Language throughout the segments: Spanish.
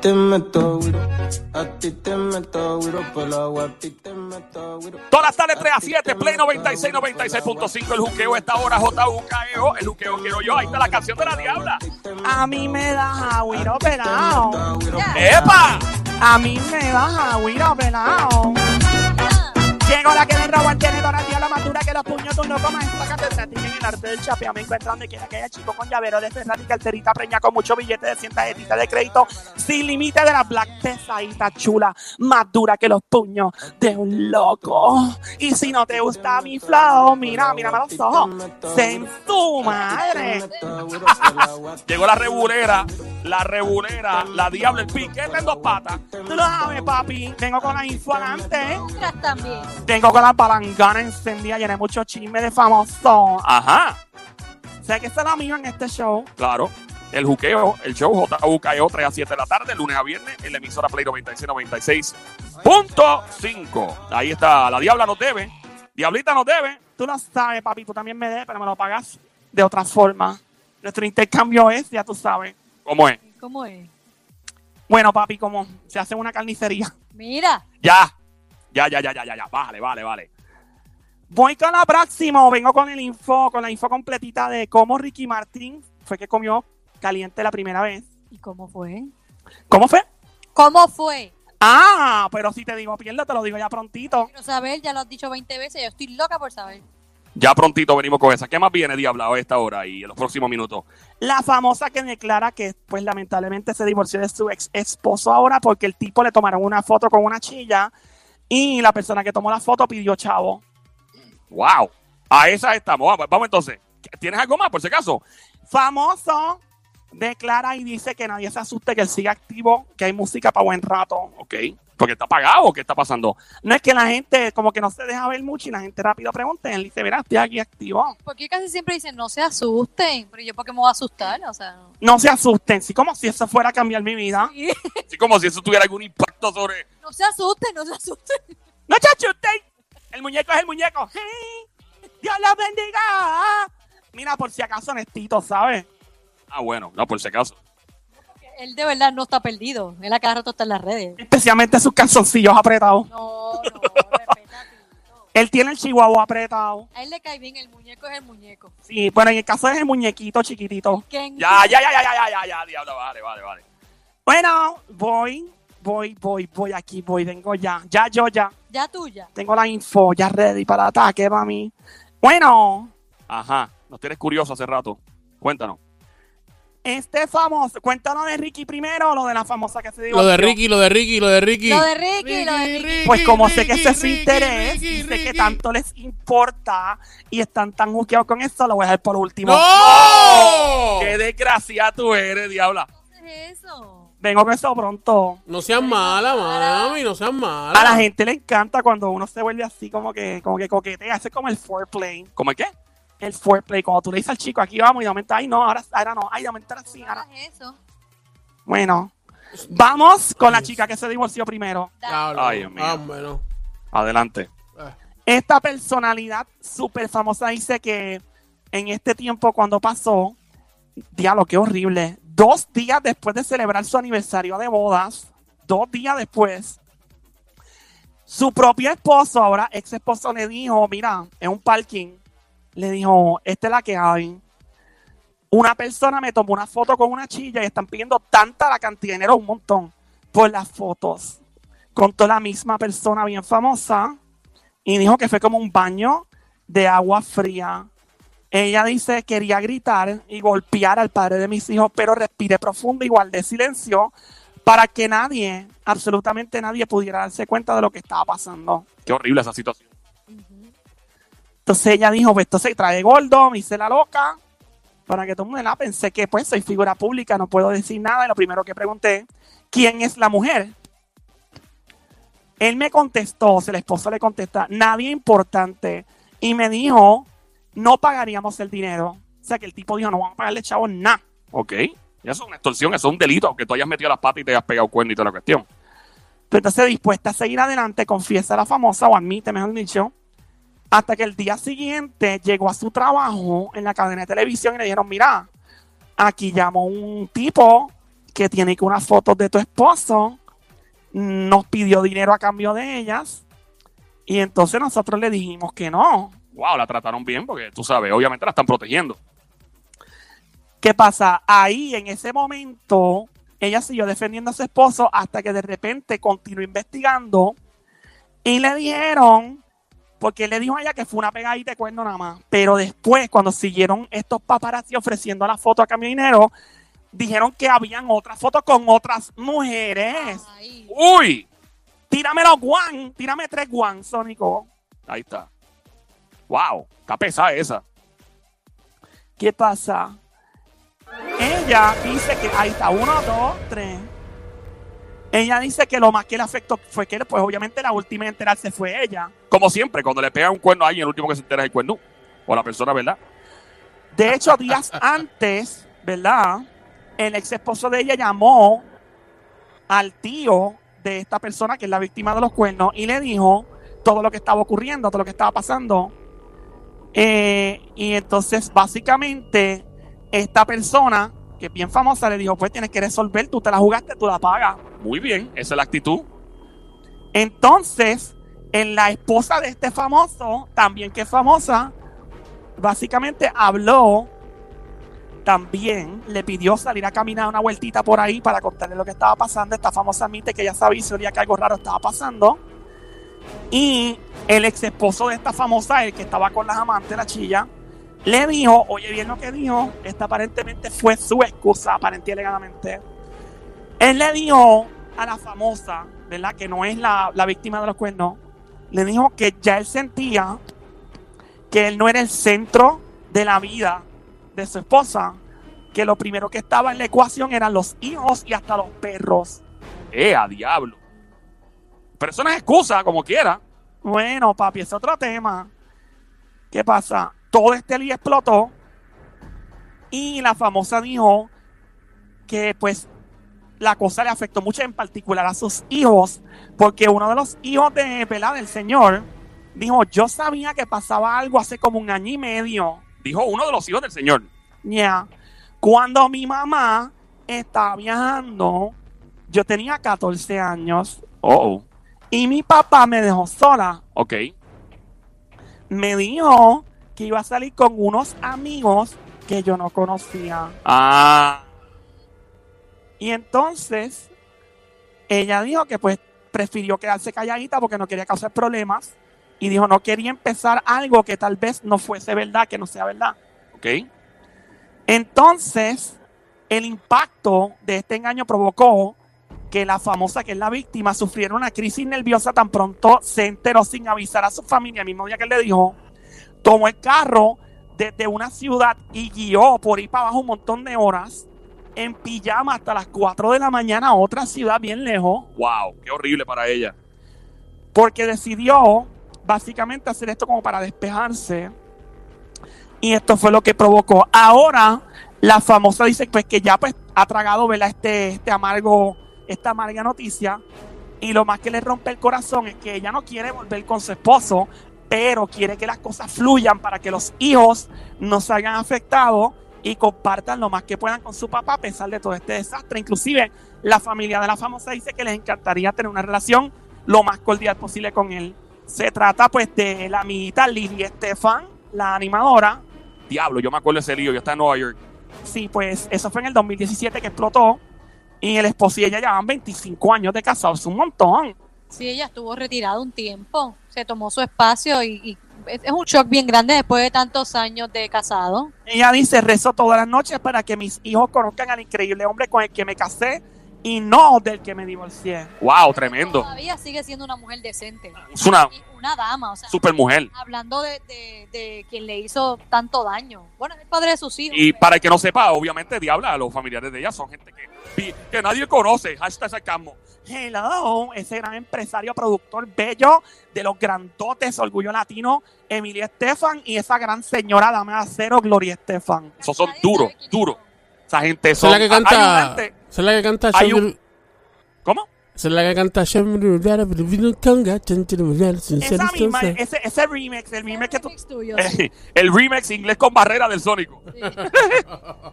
te meto güiro. A ti te meto güiro por la agua. A ti te meto güiro. Todas las tardes 3 a 7, Play 96, 96.5, el juqueo a esta hora, JUKEO, E el juqueo quiero yo, ahí está la canción de la diabla. A mí me da agüiro pelado. Eh, ¡Epa! A mí me da agüiro pelado. Llegó la que le roba el tenedor a ti a la madura que los puños tú no comas. Sácate de ti en el arte del chapeo. Me encuentran donde quiera que haya chico con llavero de Ferrari, carterita preña con mucho billete de cientos tarjetitas de crédito. Sin límite de la black pesadita chula. Más dura que los puños de un loco. Y si no te gusta mi flow, mira, mira a los ojos. Sen tu madre. Llegó la rebulera, la rebulera, la diabla, el piquete en dos patas. Tú lo sabes, papi. Vengo con la info adelante. Otras también. Tengo con la palangana encendida, llené mucho chisme de famoso. Ajá, Sé que se la mío en este show. claro. El juqueo, el show JUKEO 3 E a 7 de la tarde, lunes a viernes, en la emisora Play 96, 96.5. Ahí está, la diabla nos debe, diablita nos debe. Tú lo sabes, papi, tú también me debes, pero me lo pagas de otra forma. Nuestro intercambio es, ya tú sabes. ¿Cómo es? ¿Cómo es? Bueno, papi, como se hace una carnicería. Mira, Ya, ya, ya, ya, ya, ya, ya. Vale, vale, vale. Voy con la próxima, vengo con el info, con la info completita de cómo Ricky Martín fue que comió caliente la primera vez. ¿y cómo fue? ¿Cómo fue? ¿Cómo fue? Ah, pero si te digo pierdo, te lo digo ya prontito. Quiero saber, ya lo has dicho 20 veces, yo estoy loca por saber. Ya prontito venimos con esa. ¿Qué más viene, Diabla, a esta hora y en los próximos minutos? La famosa que declara que, pues lamentablemente, se divorció de su ex esposo ahora porque el tipo le tomaron una foto con una chilla y la persona que tomó la foto pidió chavo. ¡Wow! A esa estamos. Vamos, vamos entonces. ¿Tienes algo más, por si acaso? Famoso declara y dice que nadie se asuste, que él sigue activo, que hay música para buen rato. Ok. Porque está apagado. ¿Qué está pasando? No es que la gente como que no se deja ver mucho y la gente rápido pregunta, él dice, verás, estoy aquí activo. Porque casi siempre dicen, no se asusten, pero yo porque me voy a asustar, o sea, no. No se asusten, sí, como si eso fuera a cambiar mi vida. Sí. Así como si eso tuviera algún impacto sobre. No se asusten, no se asusten. No se asusten, el muñeco es el muñeco. ¡Hey! Dios los bendiga. Mira, por si acaso, honestito, ¿sabes? Ah, bueno, no, por si acaso. Él de verdad no está perdido, él a cada rato está en las redes. Especialmente sus calzoncillos apretados. No, no, respeta. Tito. Él tiene el chihuahua apretado. A él le cae bien, el muñeco es el muñeco. Sí, bueno, en el caso es el muñequito chiquitito. Que en- Ya, ya, ya, ya, ya, ya, ya, ya, Diabla, vale, vale, vale. Bueno, voy, voy, voy, voy aquí, voy, vengo ya. Ya, yo, ya. ya tuya. Tengo la info, ya ready para el ataque, mami. Bueno, Ajá. Nos tienes curioso hace rato. Cuéntanos. este famoso, cuéntanos de Ricky primero, lo de la famosa que se dijo. Lo de Ricky, lo de Ricky, lo de Ricky. Lo de Ricky, lo de Ricky. Pues como sé que Ricky, ese es su Ricky, interés, Ricky, y sé que Ricky. tanto les importa y están tan juzgados con eso, lo voy a dejar por último. ¡No! ¡Qué desgraciada tú eres, Diabla! es eso? Vengo con eso pronto. No seas mala, mami, no seas mala. A la gente le encanta cuando uno se vuelve así como que, como que coquetea. Eso es como el foreplay. ¿Cómo es qué? El foreplay, cuando tú le dices al chico, aquí vamos, y de momento, ay no, ahora, ahora no, ay de momento ahora sí, ahora. Hagas eso? Bueno, vamos con la chica que se divorció primero. Dale. Diablo. Ay, Dios mío. Ah, bueno. Adelante. Eh. Esta personalidad súper famosa dice que en este tiempo cuando pasó, diablo, qué horrible. Dos días después de celebrar su aniversario de bodas, dos días después, su propio esposo, ahora ex esposo, le dijo, mira, en un parking, le dijo, esta es la que hay. Una persona me tomó una foto con una chilla y están pidiendo tanta la cantidad de dinero, un montón, por las fotos. Contó la misma persona bien famosa y dijo que fue como un baño de agua fría. Ella dice, quería gritar y golpear al padre de mis hijos, pero respiré profundo y guardé silencio para que nadie, absolutamente nadie, pudiera darse cuenta de lo que estaba pasando. Qué horrible esa situación. Ujú. Entonces ella dijo, pues entonces trae gordo, me hice la loca, para que todo el mundo la pensé que pues soy figura pública, no puedo decir nada. Y lo primero que pregunté, ¿quién es la mujer? Él me contestó, o sea, el esposo le contesta, nadie importante. Y me dijo, no pagaríamos el dinero. O sea, que el tipo dijo, no vamos a pagarle chavos nada. Ok. Eso es una extorsión, eso es un delito, aunque tú hayas metido las patas y te hayas pegado cuerno y toda la cuestión. Pero entonces, dispuesta a seguir adelante, confiesa a la famosa, o admite, mejor dicho, hasta que el día siguiente llegó a su trabajo en la cadena de televisión y le dijeron, mira, aquí llamó un tipo que tiene que unas fotos de tu esposo, nos pidió dinero a cambio de ellas, y entonces nosotros le dijimos que no. Wow, la trataron bien porque tú sabes, obviamente la están protegiendo. ¿Qué pasa? Ahí, en ese momento, ella siguió defendiendo a su esposo hasta que de repente continuó investigando y le dijeron, porque él le dijo a ella que fue una pegadita de cuerno nada más, pero después, cuando siguieron estos paparazzi ofreciendo la foto a cambio de dinero, dijeron que habían otras fotos con otras mujeres. Ay, ¡Uy! Tírame los guan, tírame tres guan, Sónico. Ahí está. Wow, está pesada esa. ¿Qué pasa? Ella dice que ahí está, uno, dos, tres. Ella dice que lo más que le afectó fue que, pues obviamente la última en enterarse fue ella. Como siempre, cuando le pegan un cuerno a alguien, el último que se entera es el cuerno. O la persona, ¿verdad? De hecho, días antes, ¿verdad? El ex esposo de ella llamó al tío de esta persona que es la víctima de los cuernos y le dijo todo lo que estaba ocurriendo, todo lo que estaba pasando. Eh, y entonces, básicamente, esta persona, que es bien famosa, le dijo, pues tienes que resolver, tú te la jugaste, tú la pagas. Muy bien, esa es la actitud. Entonces, en la esposa de este famoso, también que es famosa, básicamente habló, también le pidió salir a caminar una vueltita por ahí para contarle lo que estaba pasando. Esta famosa admite que ya sabía y se olía que algo raro estaba pasando. Y el ex esposo de esta famosa, el que estaba con las amantes, la chilla, le dijo, oye bien lo que dijo, esta aparentemente fue su excusa, aparentemente alegadamente. Él le dijo a la famosa, ¿verdad? Que no es la, la víctima de los cuernos, le dijo que ya él sentía que él no era el centro de la vida de su esposa, que lo primero que estaba en la ecuación eran los hijos y hasta los perros. ¡Eh, a diablo! Pero eso no es excusa, como quiera. Bueno, papi, es otro tema. ¿Qué pasa? Todo este lío explotó y la famosa dijo que pues la cosa le afectó mucho en particular a sus hijos, porque uno de los hijos de, ¿verdad? del señor dijo, yo sabía que pasaba algo hace como un año y medio. Dijo uno de los hijos del señor. Ya. Cuando mi mamá estaba viajando, yo tenía 14 años Oh, oh. y mi papá me dejó sola. Ok. Me dijo que iba a salir con unos amigos que yo no conocía. Ah, Y entonces ella dijo que pues prefirió quedarse calladita porque no quería causar problemas y dijo no quería empezar algo que tal vez no fuese verdad, que no sea verdad. ok. Entonces, el impacto de este engaño provocó que la famosa, que es la víctima, sufriera una crisis nerviosa tan pronto se enteró sin avisar a su familia, el mismo día que él le dijo, tomó el carro desde una ciudad y guió por ahí para abajo un montón de horas en pijama hasta las 4 de la mañana a otra ciudad bien lejos Wow, qué horrible para ella. porque decidió básicamente hacer esto como para despejarse. Y esto fue lo que provocó. Ahora, la famosa dice pues, que ya pues, ha tragado ¿verdad? Este, este amargo, esta amarga noticia. Y lo más que le rompe el corazón es que ella no quiere volver con su esposo, pero quiere que las cosas fluyan para que los hijos no salgan afectados y compartan lo más que puedan con su papá a pesar de todo este desastre. Inclusive, la familia de la famosa dice que les encantaría tener una relación lo más cordial posible con él. Se trata pues de la amiguita Lili Estefan, la animadora. Diablo, yo me acuerdo de ese lío. Yo estaba en Nueva York. Sí, pues eso fue en el 2017 que explotó. Y el esposo y ella llevaban 25 años de casados, un montón. sí, ella estuvo retirada un tiempo, se tomó su espacio y, y es es un shock bien grande después de tantos años de casado. Ella dice, rezo todas las noches para que mis hijos conozcan al increíble hombre con el que me casé y no del que me divorcié. Wow, tremendo. Todavía sigue siendo una mujer decente. Es una Y una dama, o sea, super mujer. hablando de, de- de quien le hizo tanto daño. Bueno, es el padre de sus hijos. Y pero- para el que no sepa, obviamente, Diabla, los familiares de ella son gente que, vi- que nadie conoce. Hashtag sarcasmo. Hello, ese gran empresario, productor bello de los grandotes Orgullo Latino, Emilia Estefan y esa gran señora dama de acero, Gloria Estefan. Esos son Nadie sabe duros, quién es. duros. Esa gente Esa es son. la que hay una canta. gente- Esa es la que canta. hay Show un- Your- ¿Cómo? Esa es la que canta. Esa Esa misma, ese, ese remix, el remix que tú... remix tuyo. Eh, el remix inglés con barrera del Sónico.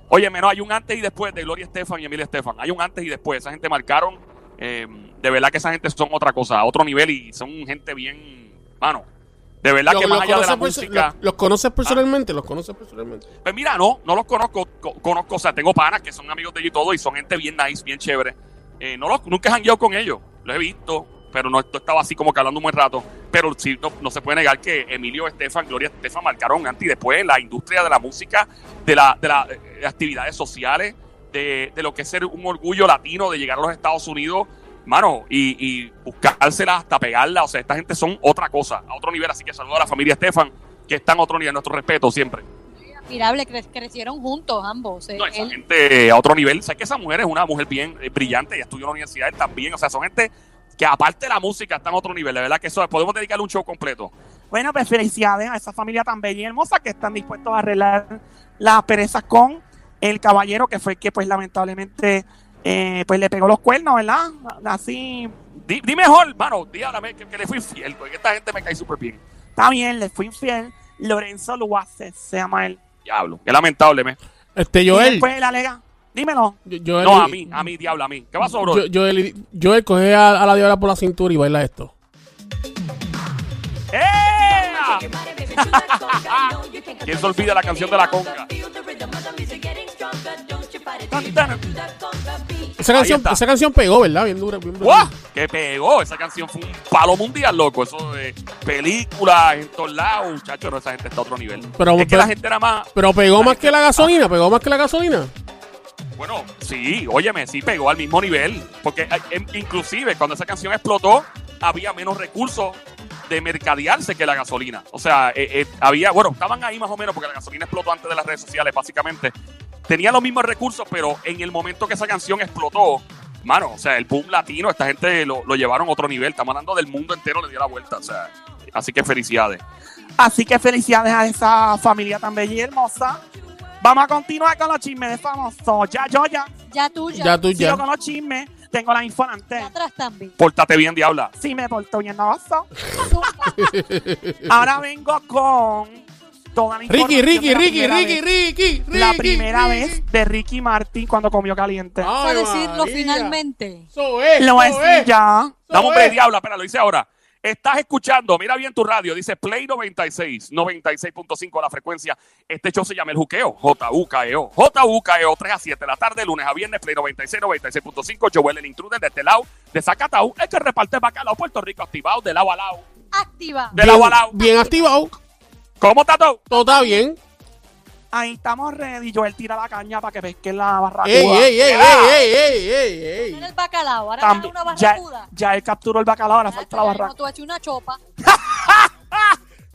Oye, menos hay un antes y después de Gloria Estefan y Emilia Estefan. Hay un antes y después. Esa gente marcaron. eh, de verdad que esa gente son otra cosa, a otro nivel y son gente bien. Mano, de verdad que ¿Los, más allá de conoces la perso- música. los- los conoces personalmente? ¿Los conoces personalmente? Pues mira, no, no los conozco. Co- conozco, o sea, tengo panas que son amigos de ellos y todo y son gente bien nice, bien chévere. Eh, no los, nunca he hangueado con ellos. Los he visto, pero no esto estaba así como que hablando un buen rato. Pero sí, no, no se puede negar que Emilio Estefan, Gloria Estefan marcaron antes y después en la industria de la música, de, la, de las actividades sociales, de, de lo que es ser un orgullo latino, de llegar a los Estados Unidos. Mano, y, y buscársela hasta pegarla. O sea, esta gente son otra cosa, a otro nivel. Así que saludo a la familia Estefan, que está en otro nivel, nuestro respeto siempre. Admirable, cre- crecieron juntos ambos. eh, No, esa él- gente eh, a otro nivel. Sé que esa mujer es una mujer bien eh, brillante, ella estudió en la universidad él también. O sea, son gente que aparte de la música está en otro nivel. De verdad que eso podemos dedicarle un show completo. Bueno, pues felicidades a esa familia tan bella y hermosa que están dispuestos a arreglar las perezas con el caballero que fue el que, pues, lamentablemente, eh, pues, le pegó los cuernos, ¿verdad? Así, Di, di mejor, mano, di ahora me- que, que le fui fiel, porque esta gente me cae súper bien. está bien, le fue infiel. Lorenzo Luace se llama él. Diablo, qué lamentable, me. Este, Y Joel. después él alega, dímelo. Yo- Joel No, y- a mí, a mí, diablo, a mí. ¿Qué pasó, bro? Yo- Joel, y- Joel, coge a, a la diabla por la cintura y baila esto. ¡Eh! ¿Quién se olvida la canción de la conga? Tan, tan. Esa Ahí canción, está. esa canción pegó, ¿verdad? Bien dura. Bien dura. ¡Guau! Que pegó, esa canción fue un palo mundial, loco. Eso de películas en todos lados, muchachos, no, esa gente está a otro nivel. Pero- es que pero- la gente era más, Pero pegó más que la gasolina, pegó más que la gasolina. Bueno, sí, óyeme, sí pegó al mismo nivel. Porque eh, em, inclusive cuando esa canción explotó, había menos recursos de mercadearse que la gasolina. O sea, eh, eh, había, bueno, estaban ahí más o menos porque la gasolina explotó antes de las redes sociales, básicamente. Tenía los mismos recursos, pero en el momento que esa canción explotó, mano, o sea, el boom latino, esta gente lo, lo llevaron a otro nivel. Estamos hablando del mundo entero, le dio la vuelta. O sea, así que felicidades. Así que felicidades a esa familia tan bella y hermosa. Vamos a continuar con los chismes de famosos. Ya, yo, ya. ya tuya. Ya tú Sigo ya. con los chismes. Tengo la info antes. atrás también. Pórtate bien, diabla. Sí, me porto bien, no Ahora vengo con toda la Ricky, información de Ricky, la Ricky, primera Ricky, vez. Ricky, Ricky. La primera Ricky. vez de Ricky Martin cuando comió caliente. Ay, Vamos a decirlo María. finalmente. Eso es. Lo voy a eso decir es, ya. eso Dame hombre, es. diabla, espera, lo hice ahora. Estás escuchando, mira bien tu radio, dice Play 96, 96.5 la frecuencia. Este show se llama El Juqueo, J-U-K-E-O, J-U-K-E-O, 3 E a 7 de la tarde, lunes a viernes, Play 96, 96.5, Joel el Intruder de este lado, de Zacatau, el que reparte bacalao, Puerto Rico activado, de lado a lado, Activa. de lado a lado. Bien activado. ¿Cómo está todo? Todo está bien. Ahí estamos ready. Joel tira la caña para que pesquen la barracuda. Ey, ey, ey, Ah. ey, ey, ey, ey, Era ey. el bacalao. Ahora era También- una ya, barracuda. ya él capturó el bacalao, ahora Ya, falta la como barraca. tú has hecho una chopa.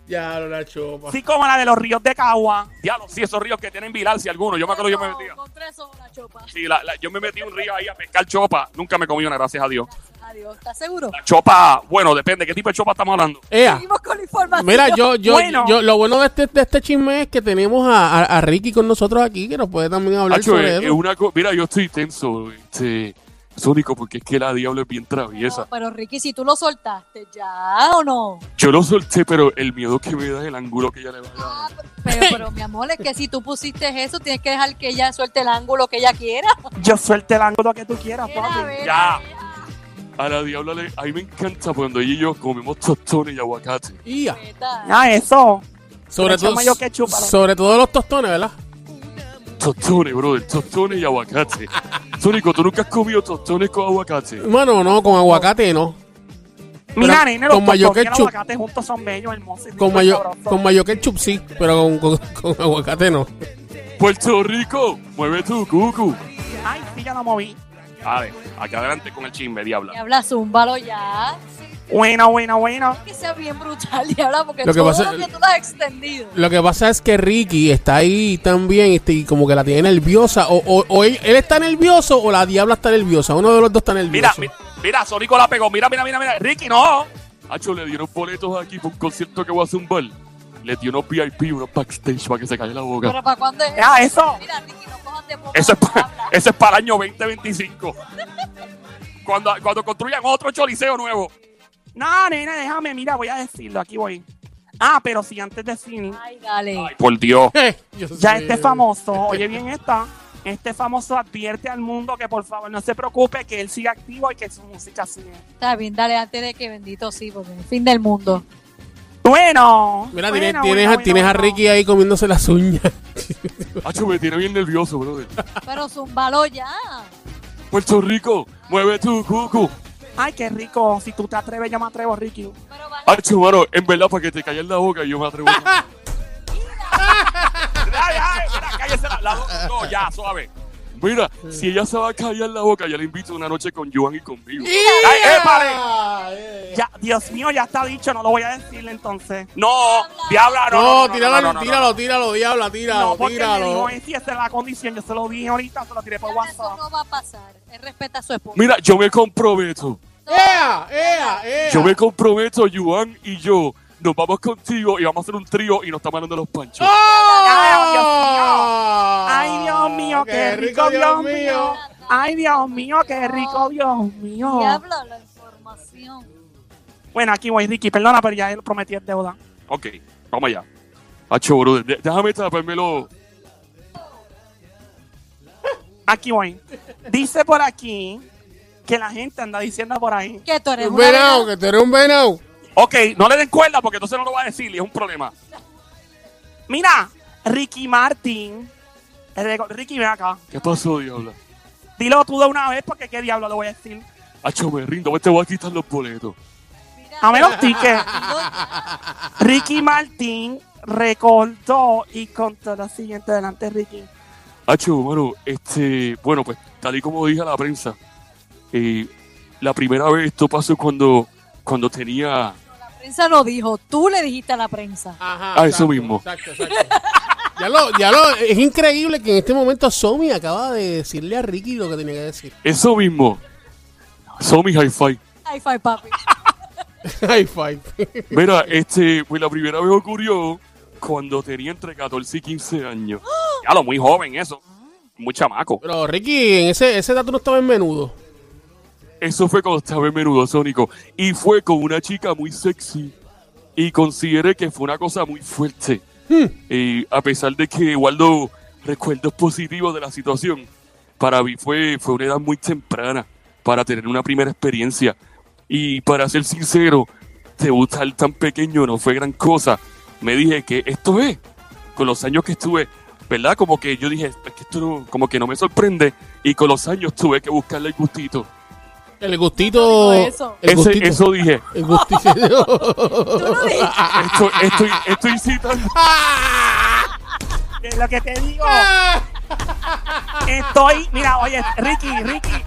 Ya lo la chopa. Sí, como la de los ríos de Cagua. Diablo, sí, esos ríos que tienen viral, si alguno, yo me acuerdo yo me metía. Con tres ojos la chopa. Sí, la- la- yo me metí en un río ahí a pescar chopa, nunca me comí una, gracias a Dios. Adiós. ¿Estás seguro? La chopa, bueno, depende, ¿qué tipo de chopa estamos hablando? Ea. Seguimos con la información. Mira, yo, yo, Bueno. yo, lo bueno de este, de este chisme es que tenemos a, a, a Ricky con nosotros aquí, que nos puede también hablar Hacho, sobre eh, eh, eso. una co- Mira, yo estoy tenso, este, Sónico, porque es que la diablo es bien No, traviesa. pero Ricky, si tú lo soltaste ya o no. Yo lo solté, pero el miedo que me da es el ángulo que ella le va a dar. Ah, Pero, pero mi amor, es que si tú pusiste eso, tienes que dejar que ella suelte el ángulo que ella quiera. Yo suelte el ángulo que tú quieras, Era, papi. era, Ya. era. A la diabla le, a mí me encanta cuando ella y yo comemos tostones y aguacate. Ia. Veta. Ah, eso. Sobre Pero todo, chama yo que chúpalo. sobre todo los tostones, ¿verdad? Tostones, brother, tostones y aguacate. Sónico, ¿tú nunca has comido tostones con aguacate? Bueno, no, con aguacate no. Mira, Pero nene, los con tostones y mayo el ketchup. aguacate juntos son bellos, hermosos. y Con ricos, mayo, sabrosos. con mayo ketchup sí, pero con, con, con aguacate no. Puerto Rico, mueve tu cucu. Ay, sí, ya lo moví. A ver, acá adelante con el chisme, Y diabla. habla zúmbalo ya. Bueno, bueno, bueno. Que sea bien brutal, diabla, porque Lo que todo pasa- lo que tú lo has extendido. Lo que pasa es que Ricky está ahí también este, y como que la tiene nerviosa. O, o- o él, él está nervioso o la diabla está nerviosa. Uno de los dos está Mira, nervioso. mi- mira, Sónico la pegó. Mira, mira, mira, mira. Ricky, no. Hacho, le dieron boletos aquí para un concierto que voy a zumbar. Le dio unos VIP, unos backstage para que se calle la boca. Pero ¿para cuándo es? Ya, eso. Mira, Ricky, no cojas de boca, Eso es, pa- habla. eso es para el año 2025. cuando, cuando construyan otro choliseo nuevo. No, nena, déjame, mira, voy a decirlo, aquí voy. Ah, pero si antes de cine, Ay, dale. Ay, por Dios. Yo ya sé. este famoso, oye bien esta, este famoso advierte al mundo que por favor no se preocupe, que él siga activo y que su música sigue. Está bien, dale antes de que bendito sí, porque el fin del mundo. Bueno. Mira, bueno, bueno, tienes, tienes, bueno, a, tienes a bueno. Ricky ahí comiéndose las uñas. Hacho, me tiene bien nervioso, brother. Pero zumbalo ya. Puerto Rico, mueve tu cucu. Ay, qué rico. Si tú te atreves, yo me atrevo, Ricky. Pero van a Hacho, mano, en verdad, para que te calles la boca, yo me atrevo. ay, ay, mira, cállese la, la boca. No, ya, suave. Mira, si ella se va a callar la boca, ya le invito una noche con Joan y conmigo. ¡Ay, épale! Ya, Dios mío, ya está dicho, no lo voy a decirle entonces. No, diabla, no. No, no, tíralo, no, no, no, tíralo, tíralo, diabla, tíralo, no, porque me tíralo. dijo, "Ay, sí, esa es la condición. Yo se lo dije ahorita, se lo tiré por eso WhatsApp. no va a pasar. Él respeta a su esposa. Mira, yo me comprometo. ¡Ea, ea, ea! Yo me comprometo, Joan y yo. Nos vamos contigo y vamos a hacer un trío y nos estamos dando los panchos. ¡Oh! Ay, Dios mío, qué, rico, Dios, mío. Ay, Dios mío, qué rico, Dios mío. Diablo, la información. Bueno, aquí voy, Ricky, perdona, pero ya lo prometí en deuda. Ok, vamos allá. Hacho, brother, de- déjame tapármelo. Aquí voy. Dice por aquí que la gente anda diciendo por ahí. Que tú eres Un una venado, vegana. que tú eres un venado. Ok, no le den cuerda porque entonces no lo va a decir y es un problema. Mira, Ricky Martin. Re- Ricky, ven acá. ¿Qué pasó, diabla? Dilo tú de una vez porque qué diablo le voy a decir. Hacho, me rindo, te voy a quitar los boletos. Mira, A menos ticket. digo ya. Ricky Martin recordó y contó lo siguiente delante Ricky. Hacho, bueno, este, bueno, pues tal y como dije a la prensa, eh, la primera vez esto pasó cuando, cuando tenía... La prensa lo dijo. Tú le dijiste a la prensa. Ajá, Ah, eso mismo. Exacto, exacto. ya lo, ya lo, es increíble que en este momento Somi acaba de decirle a Ricky lo que tenía que decir. Eso mismo. Son mis hi-fi. High five, papi. High five. Mira, este, pues la primera vez ocurrió cuando tenía entre 14 y 15 años. Ya lo muy joven eso. Muy chamaco. Pero Ricky, en ese, ese dato no estaba en menudo. Eso fue cuando estaba en menudo sónico. Y fue con una chica muy sexy. Y consideré que fue una cosa muy fuerte. Eh, a pesar de que guardo recuerdos positivos de la situación, para mí fue, fue una edad muy temprana para tener una primera experiencia. Y para ser sincero, debutar tan pequeño no fue gran cosa. Me dije que esto es, con los años que estuve, ¿verdad? Como que yo dije, "Es que esto no- como que no me sorprende. Y con los años tuve que buscarle el gustito. El gustito. No digo eso. El Ese- gustito. eso dije. El gustito. Tú lo dijiste. Ah, Estoy, estoy, estoy citando. Es lo que te digo. Estoy, mira, oye, Ricky, Ricky,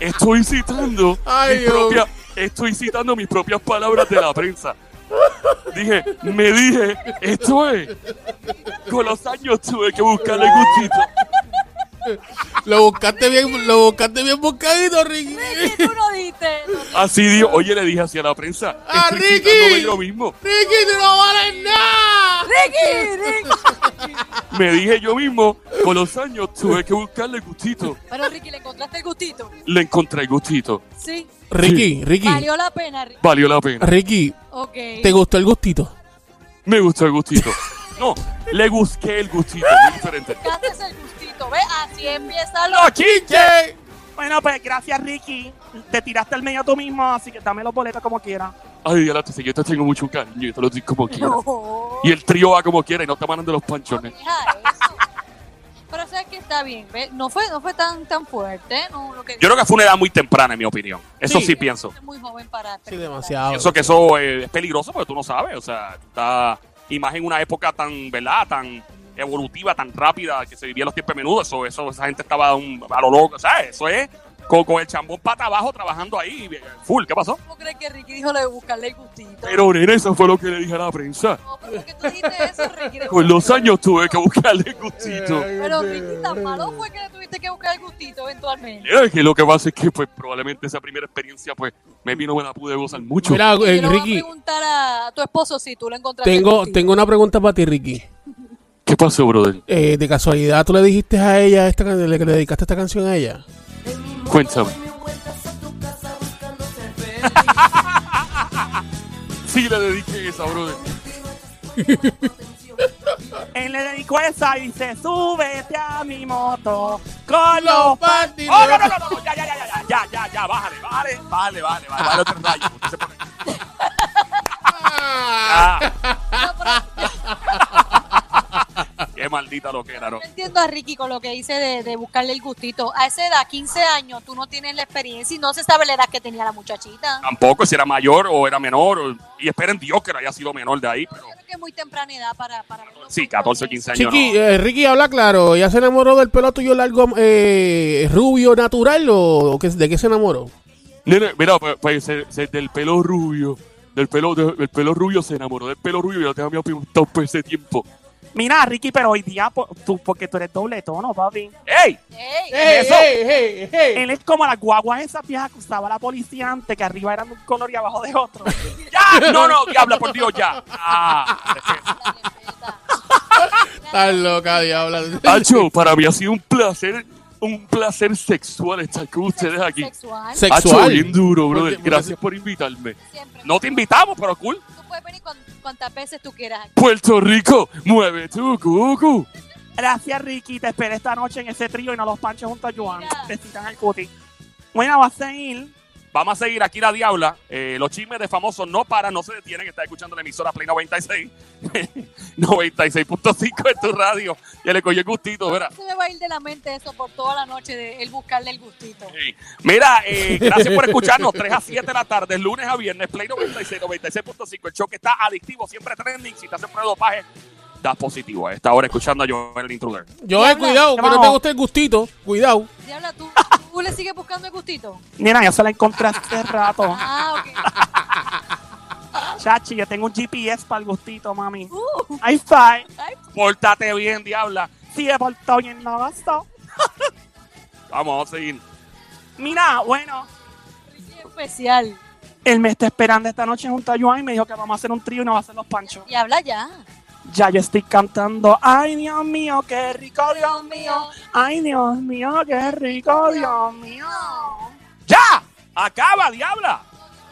Estoy citando. Ay, mi Dios. propia- estoy citando mis propias palabras de la prensa. Dije, me dije, esto es. Con los años tuve que buscarle gustito. lo buscaste bien, lo buscaste bien buscadito, Ricky. Tú lo dijiste. Así dijo, oye, le dije así a la prensa. ¡Ah, estoy Ricky! citándome yo mismo. Ricky, tú no vales nada. Ricky, Ricky. Me dije yo mismo, con los años tuve que buscarle gustito. Pero Ricky, ¿le encontraste el gustito? Le encontré el gustito. Sí. Ricky, Ricky, Valió la pena, Ricky. Valió la pena. Ricky, Ok. ¿te gustó el gustito? Me gustó el gustito. No, le busqué el gustito. Muy diferente. Cantes el gustito. Ve, así empieza lo... ¡Chinche! bueno, pues gracias Ricky, te tiraste al medio tú mismo, así que dame los boletos como quieras. Ay, ya la si yo te tengo mucho cariño, yo te lo digo como quiera. No. Y el trío va como quiera y no está mandando los panchones. Deja eso. Pero sabes que está bien, ¿ves? No fue, no fue tan, tan fuerte, ¿eh? ¿no? Lo que Yo creo que fue una edad muy temprana, en mi opinión. Eso sí, Sí. pienso. Muy joven para... Sí, demasiado. Pienso que eso eh, es peligroso porque tú no sabes. O sea, está. Y más en una época tan, ¿verdad? Tan evolutiva, tan rápida que se vivía en los tiempos menudos. Eso, eso, esa gente estaba un- a lo loco. O sea, eso es con, con el chambón pata abajo trabajando ahí. eh, Full, ¿qué pasó? ¿Cómo crees que Ricky dijo lo de buscarle el gustito? Pero, nena, eso fue lo que le dije a la prensa. No, pero porque tú dijiste eso, Ricky. le Con los buscaste el años tuve que gustito. buscarle el gustito. eh, Pero Ricky, tan malo fue que le tuviste que buscar el gustito eventualmente. Mira, que lo que pasa es que pues probablemente esa primera experiencia pues me vino me la pude gozar mucho. Mira, Yo eh, le voy a Ricky, preguntar a tu esposo si tú lo encontraste. tengo, gustito. tengo una pregunta para ti, Ricky. ¿Qué pasó, brother? Eh, de casualidad, ¿tú le dijiste a ella, esta, can- le, le dedicaste esta canción a ella? Cuéntame. Sí, le dediqué esa, brother. Él le dedicó esa y dice, súbete a mi moto con Los los panties. ¡Oh, no, no, no, no! Ya, ya, ya, ya, ya, ya, ya, ya, bájale, bájale, bájale, bájale, bájale, bájale otro rayo. Usted se pone- Ah, No, pero ¡Qué maldita loquera, no! yo entiendo a Ricky con lo que dice de, de buscarle el gustito. A esa edad, 15 años, tú no tienes la experiencia y no se sabe la edad que tenía la muchachita. Tampoco si era mayor o era menor. o- y esperen Dios que no haya sido menor de ahí, pero... Yo creo que es muy temprana edad para... para ver los Sí, 14 o compromisos. 15 años. Chiqui, no. eh, Ricky, habla claro. ¿Ya se enamoró del pelo tuyo largo, eh, rubio, natural o, o qué- de qué se enamoró? Nene, mira, pues, pues, se- se- del pelo rubio. Del pelo, de- del pelo rubio se enamoró. Del pelo rubio yo tengo mi opinión por ese tiempo. Mira, Ricky, pero hoy día, po- tú, porque tú eres doble tono, papi. ¡Ey! Ey, Eso. Él es como las guaguas esas viejas que usaba la policía antes, que arriba eran de un color y abajo de otro. ¡Ya! ¡No, no! ¡Diabla, por Dios, ya! Ah, la respeta. Estás loca, diabla. Tacho, para mí ha sido un placer, un placer sexual estar con ustedes aquí. Sexual. Tacho, Sexual. bien duro, brother. Porque- Gracias por invitarme. Siempre. No te invitamos, pero cool. Tú puedes venir cuan- cuantas veces tú quieras aquí. Puerto Rico, mueve tu cucu. Gracias, Ricky. Te esperé esta noche en ese trío y no los panches junto a Joan. Mira. Te citan el cuti. Bueno, va a seguir. Vamos a seguir aquí la Diabla. Eh, los chismes de famosos no paran, no se detienen. Está escuchando la emisora Play 96. 96.5 en tu radio. Ya le cogió el gustito, ¿verdad? Se me va a ir de la mente eso por toda la noche de él buscarle el gustito. Sí. Mira, eh, gracias por escucharnos. 3 a 7 de la tarde, lunes a viernes, Play 96, 96.5. El show que está adictivo, siempre trending. Si te hacen prueba de dopaje, das positivo. A esta hora escuchando a Joel el Intruder. Yo, eh, cuidado, que no te guste el gustito. Cuidado. Diabla, ¿tú, tú le sigues buscando el gustito? Mira, yo se la encontré hace rato. Ah, ok. Chachi, yo tengo un GPS para el gustito, mami. Uh, Ahí está. eh. ay, Pórtate bien, Diabla. Sí, he portado bien, no bastó. Vamos a seguir. Mira, bueno, pues, Ricky es especial. él me está esperando esta noche junto a Joan y me dijo que vamos a hacer un trío y no va a hacer los panchos. Y habla ya. Ya yo estoy cantando. Ay, Dios mío, qué rico, Dios mío. Ay, Dios mío, qué rico, Dios mío. ¡Ya! ¡Acaba, Diabla!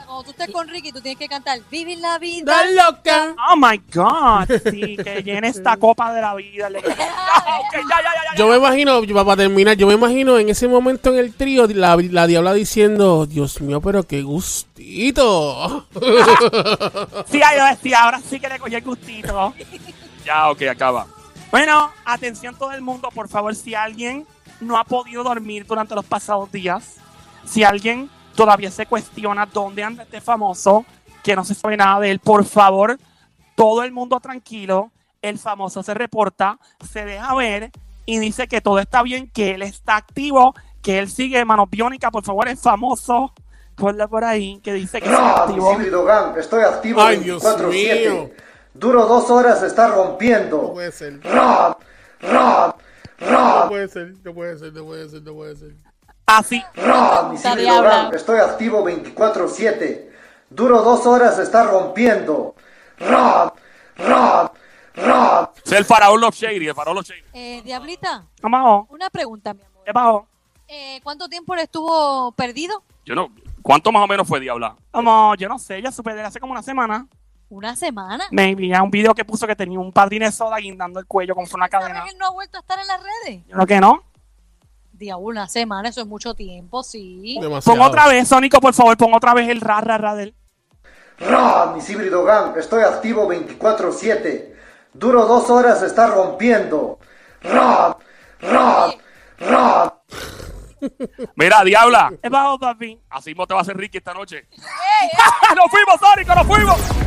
Cuando tú estés con Ricky, tú tienes que cantar Vivir la vida. Estás loca. Oh my God, sí, que llene esta copa de la vida. Le- Ah, ok, ya, ya, ya, ya, ya. Yo me imagino, yo- para terminar, yo me imagino en ese momento en el trío la, la diabla diciendo, Dios mío, pero qué gustito. Sí, ahí lo decía, ahora sí que le cogí el gustito. Ya, ok, acaba. Bueno, atención todo el mundo, por favor, si alguien no ha podido dormir durante los pasados días, si alguien todavía se cuestiona dónde anda este famoso, que no se sabe nada de él, por favor, todo el mundo tranquilo, el famoso se reporta, se deja ver y dice que todo está bien, que él está activo, que él sigue de manos biónicas, por favor, el famoso, ponle por ahí, que dice que está Ah, mi activo. Silvio Gang, estoy activo Ay, Dios 24-7. mío. Pues- Duro dos horas, está rompiendo. ser, Ra, ra, ra, puede ser, no puede ser, no puede ser, no puede ser. Así, ra, mi Está Silvio diabla. Gang, estoy activo 24-7. Duro dos horas, está rompiendo. Ra, ra, ra. Es el faraón Love Shady, el faraón Love Shady. Eh, Diablita, vamos, una pregunta, mi amor. vamos, Eh, ¿Cuánto tiempo él estuvo perdido? Yo no, ¿Cuánto más o menos fue Diabla? vamos, yo no sé, ya superé hace como una semana. Una semana. Maybe, ya un video que puso que tenía un padrino de soda guindando el cuello con una cadena. ¿Sabes que él no ha vuelto a estar en las redes? Yo creo que no. Diablo, una semana, eso es mucho tiempo, sí. Demasiado. Pon otra vez, Sónico, por favor, pon otra vez el ra, ra, ra del. Ra, mi Silvio Gang, estoy activo 24-7. Duro dos horas, está rompiendo. Ra, ra, ra. Mira, Diabla, Es bajo, papi. así mismo te va a hacer Ricky esta noche. ¡Nos fuimos, Sónico, nos fuimos!